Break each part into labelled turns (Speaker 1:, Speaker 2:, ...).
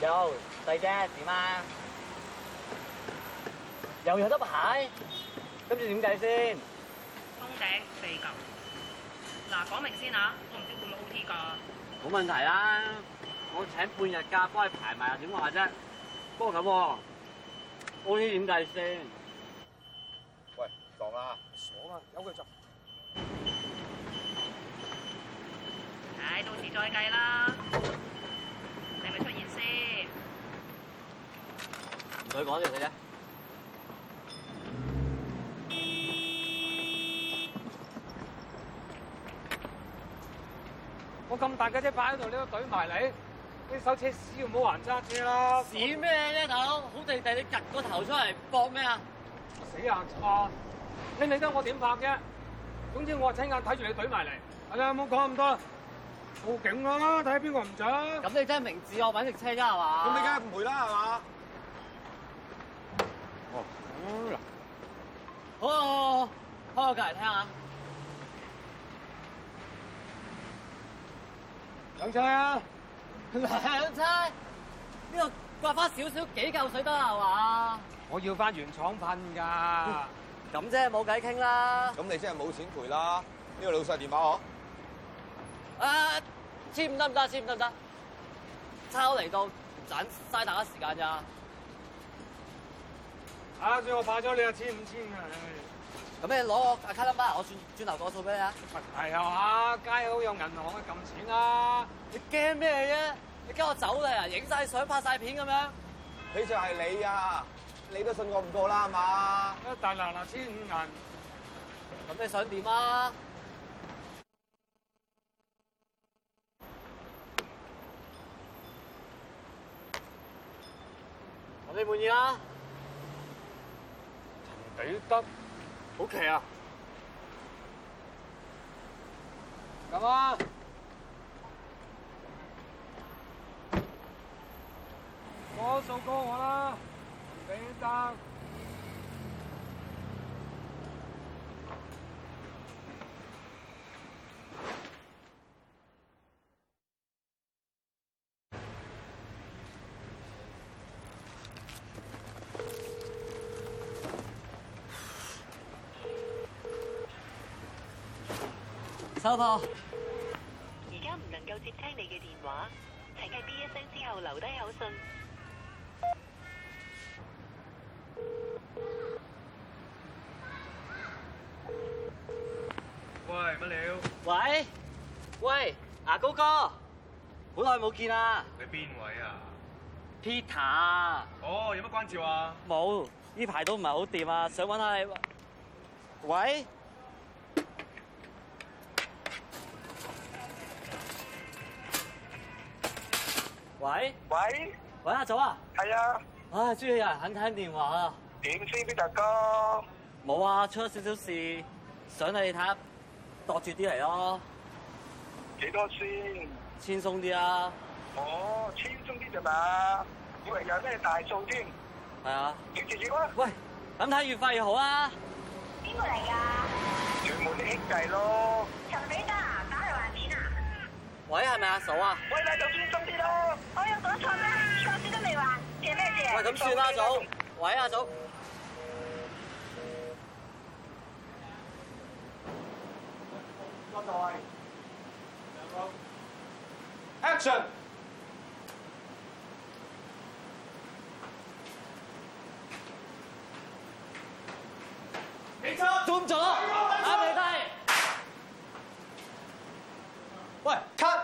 Speaker 1: 做，細啫點啊？又有得排，跟住點計先？
Speaker 2: 封頂四嚿。嗱，講明先啊，我唔知會唔會 O T 㗎。
Speaker 1: 冇問題啦，我請半日假幫你排埋又點話啫？不過咁喎，O T 點計先？
Speaker 3: 喂，撞啦！
Speaker 4: 傻啊，有佢做。
Speaker 2: 唉，到時再計啦。你咪出現先。
Speaker 1: 唔使講呢個啫。
Speaker 4: 我咁大嘅車擺喺度，你都懟埋嚟，你手車屎唔好還揸車啦！
Speaker 1: 屎咩啫，大佬？好地地你趌個頭出嚟搏咩啊？
Speaker 4: 死硬叉！你理得我點拍啫？總之我係親眼睇住你懟埋嚟。係啦，唔好講咁多啦，報警啦，睇下邊個唔準。
Speaker 1: 咁你真係明知我揾食車啫係嘛？
Speaker 3: 咁你梗係唔賠啦，係嘛？哦，
Speaker 1: 好好好，好，開個嚟聽下。
Speaker 4: 兩車啊！
Speaker 1: 兩差，呢度刮翻少少幾嚿水得啊啦係嘛？
Speaker 4: 我要翻原廠噴㗎。
Speaker 1: 咁啫，冇偈傾啦。
Speaker 3: 咁你真係冇錢賠啦！呢個老細電話我，
Speaker 1: 誒，簽啊得唔得？簽得唔得？抄嚟到，盞嘥大家時間咋？
Speaker 4: 啊！最我怕咗你啊，千五千啊！
Speaker 1: 咁你攞我 account number，我轉轉頭過數俾你啊！
Speaker 4: 問題係嘛，街口有銀行啊，撳錢啦。
Speaker 1: 你驚咩啫？你跟我走你啊？影晒相拍晒片咁樣？
Speaker 3: 你就係你啊！你都信我唔過啦，係嘛？
Speaker 4: 一大嗱嗱千五銀。
Speaker 1: 咁你想點啊？咁你滿意啊啦？
Speaker 4: 俾得好奇啊！咁啊，我數過我啦，俾得。
Speaker 1: 收到。
Speaker 5: 而家唔能夠接聽你嘅電話，請喺 B 一聲之後留低口信。
Speaker 4: 喂，乜料？
Speaker 1: 喂，喂，牙膏哥，好耐冇見啦
Speaker 4: 你邊位啊？
Speaker 1: ，Peter。啊
Speaker 4: 哦，有乜關照啊？
Speaker 1: 冇，呢排都唔係好掂啊，想揾下你。喂，喂，
Speaker 6: 喂，
Speaker 1: 喂阿祖啊，
Speaker 6: 係啊，
Speaker 1: 唉、終於有人肯聽電話啊！
Speaker 6: 點先俾大哥？
Speaker 1: 冇啊，出咗少少事，想你睇下，度住啲嚟咯，
Speaker 6: 幾多先？
Speaker 1: 輕鬆啲啊，
Speaker 6: 哦，千鬆啲咋嘛？以為有咩大數添？
Speaker 1: 係啊，
Speaker 6: 直接要啊！
Speaker 1: 喂，咁睇越快越好啊！
Speaker 7: 邊個嚟啊㗎？
Speaker 6: 屯門啲兄弟咯。
Speaker 7: 陳美德啊，打嚟還錢啊？
Speaker 1: 喂，係咪阿嫂啊？
Speaker 6: 喂，你就千鬆啲咯。
Speaker 7: 我有講錯咩？錯字都未還，借咩借？
Speaker 1: 喂，咁算啦，阿祖。喂，阿祖。
Speaker 4: 多謝位。Action！警察
Speaker 1: 中咗，啱你低。
Speaker 4: 喂，cut！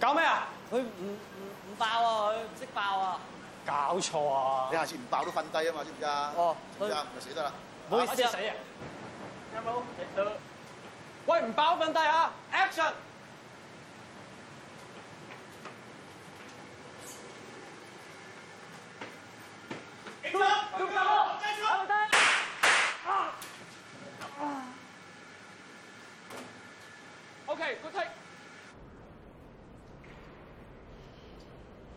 Speaker 4: 搞咩啊？
Speaker 1: 佢唔唔唔爆啊！佢唔識爆啊！
Speaker 4: 搞錯啊
Speaker 3: 你！下次唔爆都瞓低啊嘛，知唔知啊？
Speaker 1: 哦
Speaker 3: 知唔知啊？咪死得啦！
Speaker 1: 唔好意思啊，
Speaker 4: 啊！有冇？喂，唔爆瞓低啊！Action！OK，good take。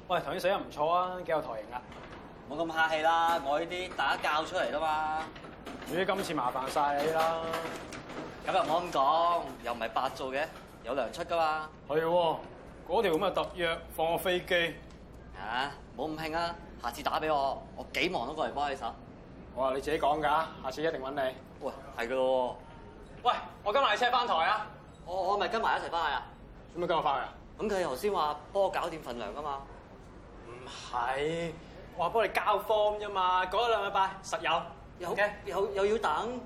Speaker 4: 喂，頭先寫得唔錯啊，幾有台型啊！
Speaker 1: 冇咁客氣啦，我呢啲大家教出嚟啦嘛，
Speaker 4: 咦，今次麻煩晒你啦。
Speaker 1: 咁又唔好咁講，又唔係白做嘅，有糧出噶嘛。
Speaker 4: 係喎，嗰條咁嘅特約放我飛機，
Speaker 1: 啊，冇咁興啊！下次打俾我，我幾忙都過嚟幫你手。
Speaker 8: 我話你自己講㗎，下次一定揾你。
Speaker 1: 喂，係噶咯
Speaker 8: 喂，我跟埋你車翻台啊！
Speaker 1: 喎，我我咪跟埋一齊翻去啊！
Speaker 8: 做咩跟我翻去啊？
Speaker 1: 咁佢頭先話幫我搞掂份糧噶嘛，
Speaker 8: 唔係，我話幫你交 form 啫嘛，嗰兩個禮拜實有。
Speaker 1: 又
Speaker 8: OK，
Speaker 1: 又又要等，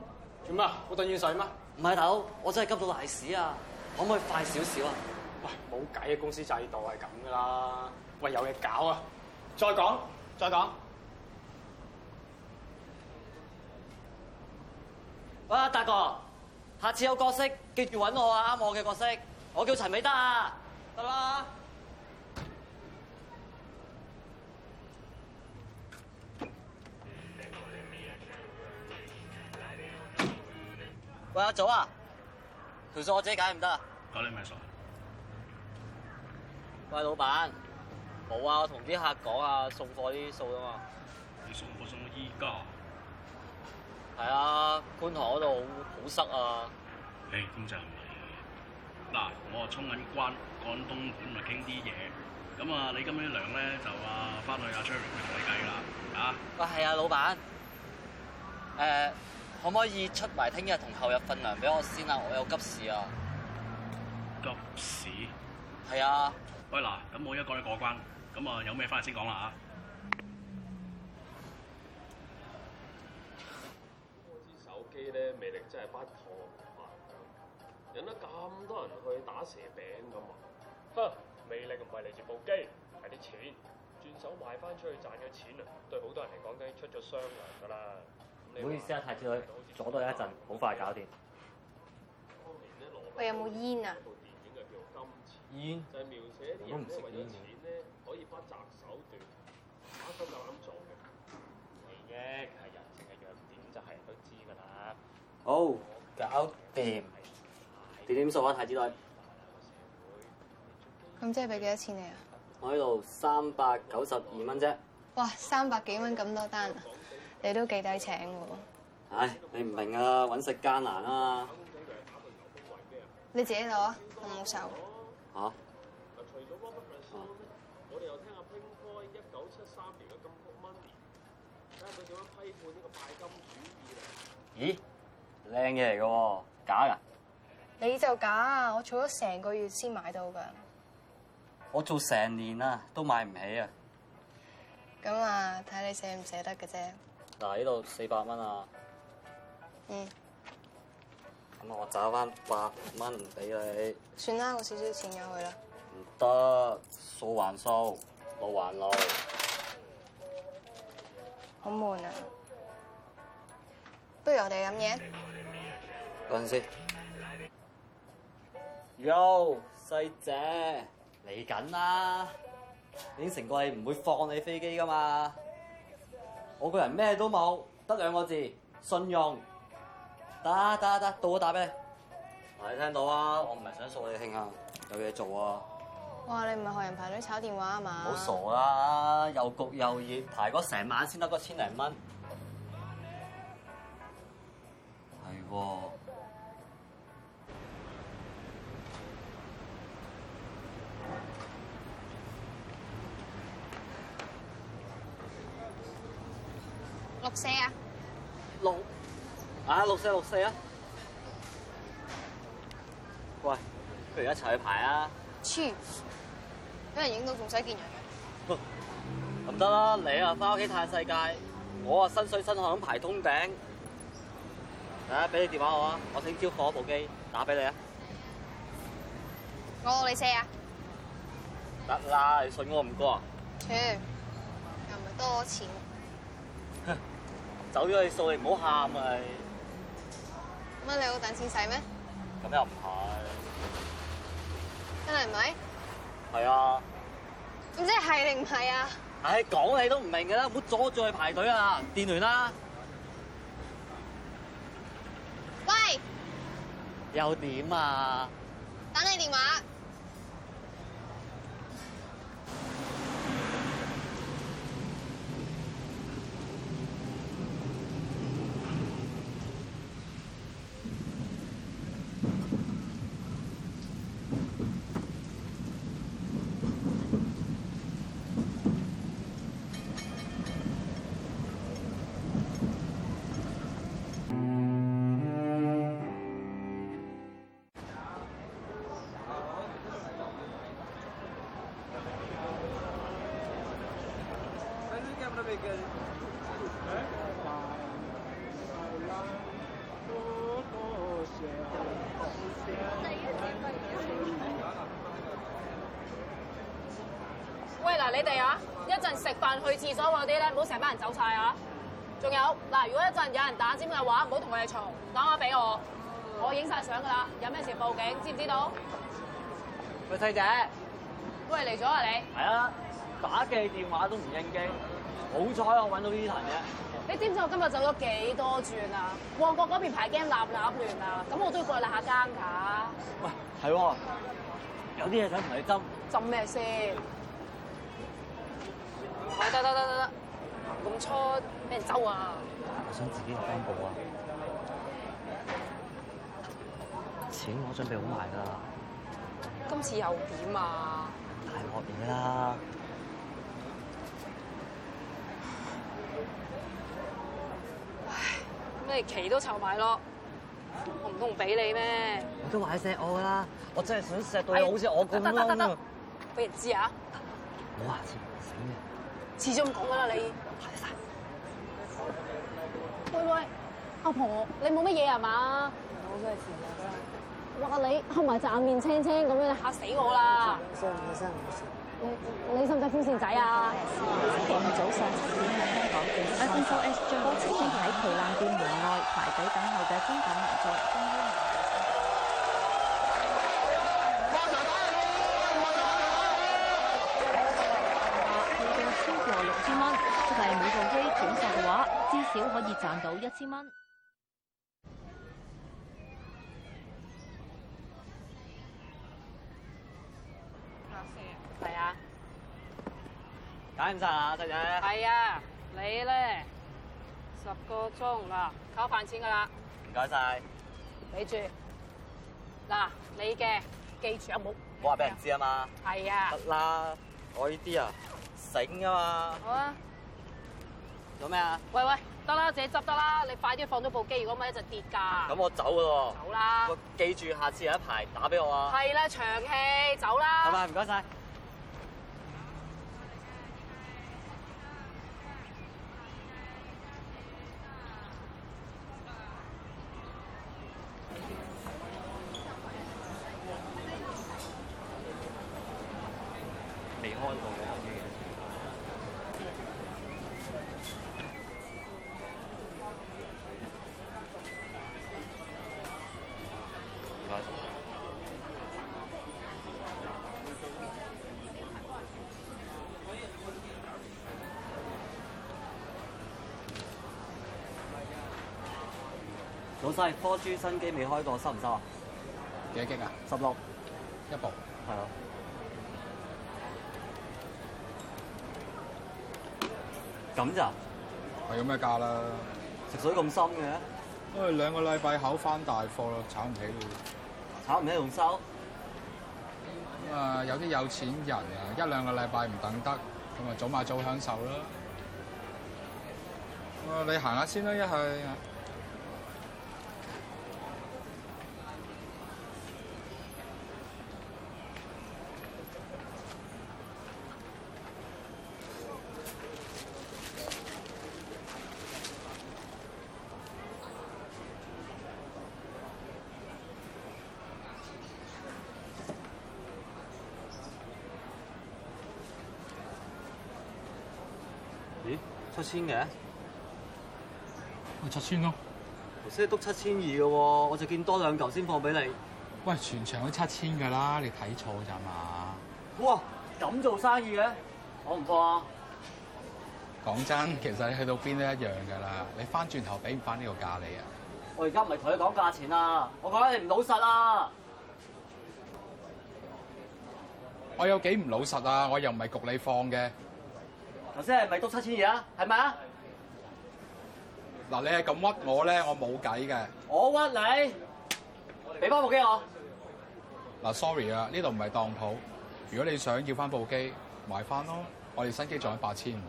Speaker 8: 做咩啊？我等遠水咩？
Speaker 1: 唔係大佬，我真係急到賴屎啊！可唔可以快少少啊？
Speaker 8: 喂，冇計啊！公司制度係咁㗎啦。喂，有嘢搞啊！再講，再講。
Speaker 1: 喂，達哥，下次有角色記住揾我啊，啱我嘅角色，我叫陳美德啊，得啦。喂，阿祖啊，條數我自己解唔得啊。
Speaker 9: 搞你咩數？
Speaker 1: 喂，老闆，冇啊，我同啲客講啊，送貨呢啲數啊嘛。
Speaker 9: 你送貨送到依家，
Speaker 1: 係啊，觀塘嗰度好好塞啊。
Speaker 9: 你咁就唔係嗱，我啊衝緊關趕東莞咪傾啲嘢，咁啊你今年糧咧就啊翻去阿 Cherry 佢同你計啦，啊
Speaker 1: 喂，係啊，老闆，誒、可唔可以出埋聽日同後日份糧俾我先啊？我有急事啊。
Speaker 9: 急屎！
Speaker 1: 係啊，
Speaker 9: 喂嗱，咁我而家趕你過關，咁啊有咩翻嚟先講啦啊！
Speaker 10: 支手機咧魅力真係不可限量，引得咁多人去打蛇餅咁啊！哼，魅力唔係嚟自部機，係啲錢，轉手賣翻出去賺嘅錢啊，對好多人嚟講梗係出咗商量㗎啦。唔
Speaker 1: 唔好意思啊，太子女，阻多一陣，好快搞掂。
Speaker 10: 喂，有冇
Speaker 7: 煙啊？
Speaker 10: 部電影就叫做《金錢
Speaker 1: 煙》，
Speaker 10: 就係描寫啲
Speaker 1: 我都
Speaker 10: 人
Speaker 1: 唔
Speaker 10: 咧
Speaker 1: 食
Speaker 10: 為
Speaker 1: 煙
Speaker 10: 咗
Speaker 1: 嘅
Speaker 10: 錢咧可以不擇手段，打手夠膽做嘅。利益係人性嘅弱點，就係人都知㗎啦。
Speaker 1: 好，搞掂。點點數啊，太子女，
Speaker 11: 咁即係俾幾多錢你啊？
Speaker 1: 我呢度三百九十二蚊啫。
Speaker 11: 哇，三百幾蚊咁多單啊！你都幾抵請喎？
Speaker 1: 唉，你唔明啊，揾食艱難啊嘛。
Speaker 11: 你自己攞啊，我冇手。
Speaker 1: 嚇、啊？
Speaker 10: 除咗 Robert Bresson 咧，我哋又聽下 Pink Floyd 一九七三年嘅金曲 Money，睇下佢點樣批判呢個拜金主義咧。
Speaker 1: 咦？靚嘢嚟嘅喎，假㗎？
Speaker 11: 你就假啊！我儲咗成個月先買到㗎。
Speaker 1: 我做成年啊，都買唔起啊。
Speaker 11: 咁啊，睇你捨唔捨得嘅啫。
Speaker 1: 嗱，呢度四百蚊啊，
Speaker 11: 嗯，
Speaker 1: 咁啊我找翻百蚊俾你。
Speaker 11: 算啦，我少少錢由佢啦。
Speaker 1: 唔得，數還數，路還路。
Speaker 11: 好悶啊！不如我哋飲嘢。
Speaker 1: 嗰陣先。Yo，細姐，嚟緊啦！你應承過你唔會放你飛機噶嘛？我個人咩都冇，得兩個字，信用。得得得，到我打俾你。嗱，你聽到啊？我唔係想掃你興啊，有嘢做啊！
Speaker 11: 哇！你唔係學人排隊炒電話啊嘛？
Speaker 1: 好傻啦，又焗又熱，排嗰成晚先得嗰千零蚊。係喎，
Speaker 11: 六四啊！
Speaker 1: 六啊六四六四啊！喂，不如一齊去排啊！
Speaker 11: 黐，俾人影到仲使見人嘅。
Speaker 1: 咁得啦，你啊翻屋企嘆世界，我啊身水身汗咁排通頂。啊，俾你電話我啊，我聽朝放部機打俾你啊！
Speaker 11: 我你四啊！
Speaker 1: 得啦，你信我唔過啊！
Speaker 11: 切，又唔係多錢。
Speaker 1: 走咗去數你唔好喊啊！你
Speaker 11: 乜啊你好等錢使咩？
Speaker 1: 咁又唔係，
Speaker 11: 真係唔係？
Speaker 1: 係啊。
Speaker 11: 咁即係係定唔係啊？
Speaker 1: 唉，講你都唔明㗎啦，唔好阻住佢排隊啊！電聯啦，
Speaker 11: 喂，
Speaker 1: 又點啊？
Speaker 11: 等你電話。
Speaker 3: 都未跟。
Speaker 12: 喂嗱，你哋啊，一陣食飯去廁所嗰啲咧，唔好成班人走晒啊！仲有嗱，如果一陣有人打尖嘅話，唔好同佢哋嘈，打電話俾我，我影晒相噶啦，有咩事報警，知唔知道？
Speaker 1: 喂，細姐。
Speaker 12: 喂，嚟咗啊你！
Speaker 1: 係啊，打嘅電話都唔應機，好彩我揾到呢層啫。
Speaker 12: 你知唔知我今日走咗幾多轉啊？旺角嗰邊排 game 立立亂啊，咁我都要過去鬧下更㗎。
Speaker 1: 係喎，有啲嘢想同你斟。
Speaker 12: 浸咩先？喂得得得得得，咁粗俾人周啊！
Speaker 1: 我想自己有間鋪啊，錢我準備好埋㗎啦，
Speaker 12: 今次又點啊？
Speaker 1: 大鑊嘢啦。
Speaker 12: 咁你期都籌埋咯，我唔通俾你咩？
Speaker 1: 我都話你錫我㗎啦，我真係想錫到你好似我咁
Speaker 12: 哎得得得
Speaker 1: 窿
Speaker 12: 得
Speaker 1: 啊！，
Speaker 12: 俾人知啊！
Speaker 1: 我下次唔死嘅。
Speaker 12: 始終講噶啦你。喂喂，阿婆，你冇乜嘢啊係嘛？我真係事啦。哇！你黑埋隻眼面青青咁樣，你嚇死我啦！
Speaker 13: 唔信唔信唔信，
Speaker 12: 你你使唔使風扇仔啊？
Speaker 13: 今早上七點喺香港嘅 iPhone 4S 將高清喺旗艦店門外排隊等候嘅中港民眾終於來到。
Speaker 14: 票價超過六千蚊，即係每部機轉售嘅話，至少可以賺到一千蚊。
Speaker 12: 係啊，
Speaker 1: 解唔晒啊，細姐。
Speaker 12: 係啊，你咧十個鐘啦，靠飯錢噶啦，
Speaker 1: 唔該晒，
Speaker 12: 記住嗱，你嘅記住有冇？
Speaker 1: 我話俾人知啊嘛。
Speaker 12: 係啊
Speaker 1: 得，啦，我呢啲啊醒啊嘛。
Speaker 12: 好啊。
Speaker 1: 做咩啊？
Speaker 12: 喂喂，得啦，自己執得啦，你快啲放咗部機，如果唔係一陣跌㗎。
Speaker 1: 咁我走㗎咯喎。
Speaker 12: 走啦
Speaker 1: 喂。記住下次有一排打俾我啊。
Speaker 12: 係啦，長氣，走啦。
Speaker 1: 係咪？唔該晒。未開到老細，4G 新機未開過，收唔收啊？幾多 G 啊？十六一部，係啊。咁咋？
Speaker 15: 係咁嘅價啦。
Speaker 1: 食水咁深嘅？
Speaker 15: 因為兩個禮拜考翻大貨啦，炒唔起咯。
Speaker 1: 炒唔起仲收？
Speaker 15: 咁啊，有啲有錢人啊，一兩個禮拜唔等得，咁啊早買早享受啦。咁啊，你行下先啦，一係。
Speaker 1: 咦，七千嘅？
Speaker 8: 咪七千咯。
Speaker 1: 頭先督七千二嘅喎，我就見多兩嚿先放俾你。
Speaker 15: 喂，全場都七千㗎啦，你睇錯咋
Speaker 3: 啊
Speaker 15: 嘛？
Speaker 1: 哇，咁做生意嘅？我唔放啊！
Speaker 15: 講真，其實你去到邊都一樣㗎啦，你翻轉頭俾唔翻呢個價你啊？
Speaker 1: 我而家唔係同你講價錢啊，我講緊你唔老實啊！
Speaker 15: 我有幾唔老實啊？我又唔係焗你放嘅。
Speaker 1: 頭先係咪督七千二啊？係咪啊？
Speaker 15: 嗱，你係咁屈我咧，我冇計嘅。
Speaker 1: 我屈你，俾翻部機我。
Speaker 15: 嗱，sorry 啊，呢度唔係當鋪。如果你想要翻部機，買翻咯。我哋新機仲有八千。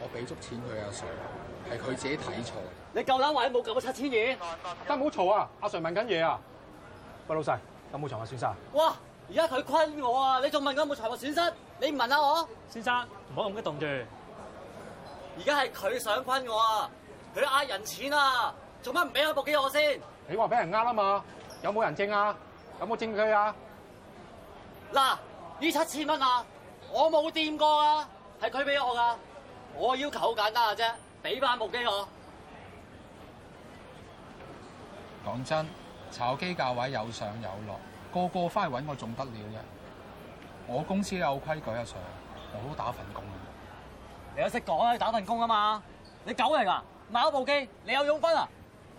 Speaker 15: 我俾足錢佢阿 Sir，係佢自己睇錯。
Speaker 1: 你夠膽話你冇撳過七千二？
Speaker 8: 但係唔好嘈啊！阿 Sir 問緊嘢啊！喂，老細，
Speaker 15: 有冇財物損失啊？
Speaker 1: 哇！而家佢昆我啊！你仲問我有冇財物損失？你唔問下我？
Speaker 15: 先生，唔好咁激動住。
Speaker 1: 而家係佢想昆我啊！佢呃人錢啊！做乜唔俾我部機我先？
Speaker 15: 你話俾人呃啊嘛？有冇人證啊？有冇證據啊？
Speaker 1: 嗱，呢七千蚊啊，我冇掂過啊，係佢俾我噶。我要求好簡單嘅啫，俾翻部機我。
Speaker 4: 講真，炒機價位有上有落，個個翻去揾我仲得了啫。我公司有規矩啊，Sir，我都打份工啊。
Speaker 1: 你都識講啊，你打份工啊嘛。你狗嚟㗎，買咗部機，你有佣分啊？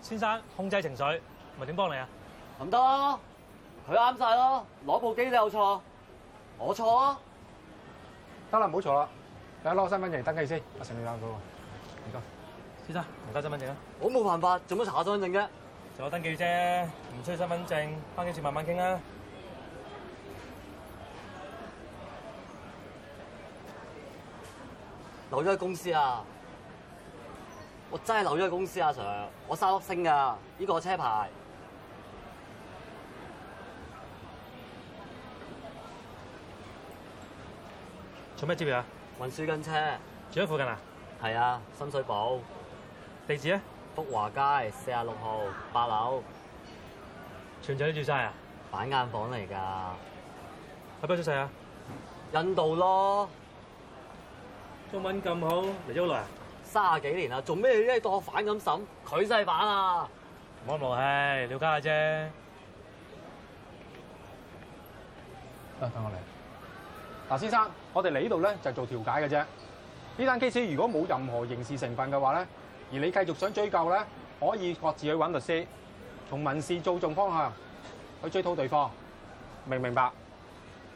Speaker 15: 先生，控制情緒，咪點幫你啊？
Speaker 1: 唔得咯，佢啱晒咯，攞部機你有錯，我錯啊。
Speaker 15: 得啦，唔好嘈啦，你攞身份證登記先，阿成你兩個，唔該。先生，唔該身份證啊。
Speaker 1: 我冇辦法，做乜查身份證啫？
Speaker 15: 就我登記啫，唔需要身份證，翻幾次慢慢傾啦。
Speaker 1: 留咗喺公司啊！我真係留咗喺公司啊，Sir，我三粒星噶，呢個車牌。
Speaker 15: 做咩接嘢啊？
Speaker 1: 運輸緊車。
Speaker 15: 住喺附近啊？
Speaker 1: 係啊，深水埗。
Speaker 15: 地址咧？
Speaker 1: 福華街四啊六號八樓。
Speaker 15: 全仔都住晒啊？
Speaker 1: 板間房嚟㗎。
Speaker 15: 喺邊出世啊？
Speaker 1: 印度咯，
Speaker 15: 中文咁好，嚟咗好耐啊？
Speaker 1: 三十幾年啦，做咩你當我反咁審？佢真係反啊！
Speaker 15: 唔好咁勞氣，了解下啫。等我嚟。嗱，先生，我哋嚟呢度咧就係做調解嘅啫。呢單 case 如果冇任何刑事成分嘅話咧，而你繼續想追究咧，可以各自去揾律師，從民事訴訟方向去追討對方，明唔明白？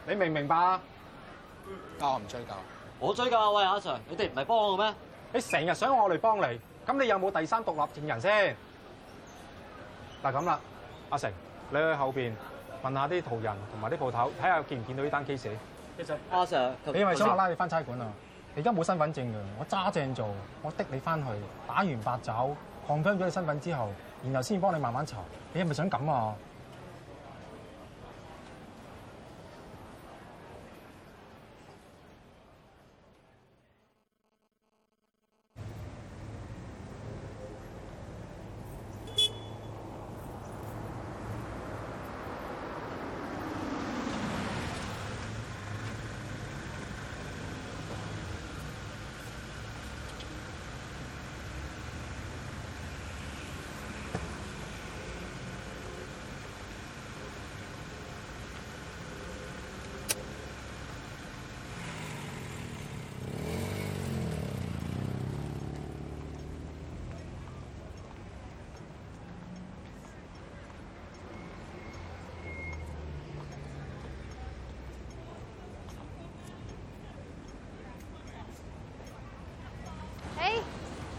Speaker 15: 你明唔明白啊？
Speaker 4: 但我唔追究。
Speaker 1: 我追究啊！喂，阿 Sir，你哋唔係幫我嘅咩？
Speaker 15: 你成日想我嚟幫你，咁你有冇第三獨立證人先？嗱咁啦，阿成，你去後邊問下啲途人同埋啲鋪頭，睇下見唔見到呢單 case。
Speaker 1: 其實阿 Sir，
Speaker 15: 你係咪想我拉你翻差館啊？你而家冇身份證㗎，我揸正做，我的你翻去，打完八爪，confirm 咗你身份之後，然後先幫你慢慢查。你係咪想咁啊？
Speaker 11: 诶，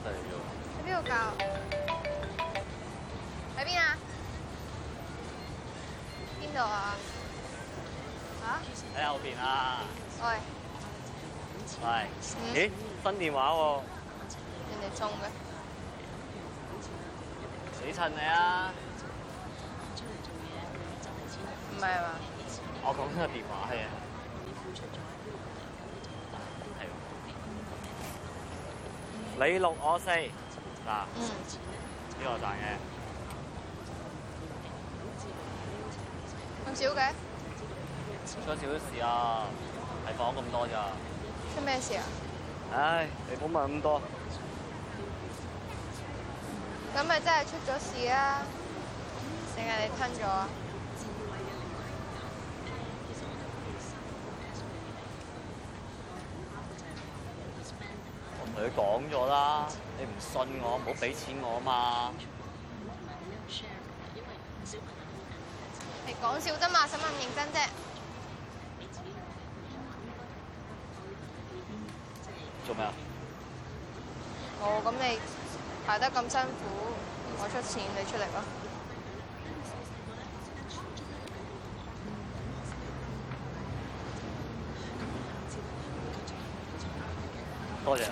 Speaker 1: 嚟喎，
Speaker 11: 喺邊度教？喺邊啊？邊度啊？啊？
Speaker 1: 喺後邊啊！
Speaker 11: 喂，
Speaker 1: 係。咦？新電話喎，
Speaker 11: 人哋中嘅。
Speaker 1: 死襯你啊！
Speaker 11: 唔係啊嘛？
Speaker 1: 我講緊個電話係啊。係喎你六我四嗱，
Speaker 11: 嗯
Speaker 1: 呢個賺嘅。
Speaker 11: 咁少嘅？
Speaker 1: 出咗少少事啊，係講咁多咋。
Speaker 11: 出咩事啊？
Speaker 1: 唉，你唔好問咁多。
Speaker 11: 咁咪真係出咗事啊！定係你吞咗啊？
Speaker 1: 我同佢講咗啦，你唔信我，唔好俾錢我嘛。
Speaker 11: 你講笑啫嘛，使乜咁認真啫？
Speaker 1: 做咩啊？
Speaker 11: 冇，哦咁你排得咁辛苦，我出錢你出力咯。
Speaker 1: 多謝。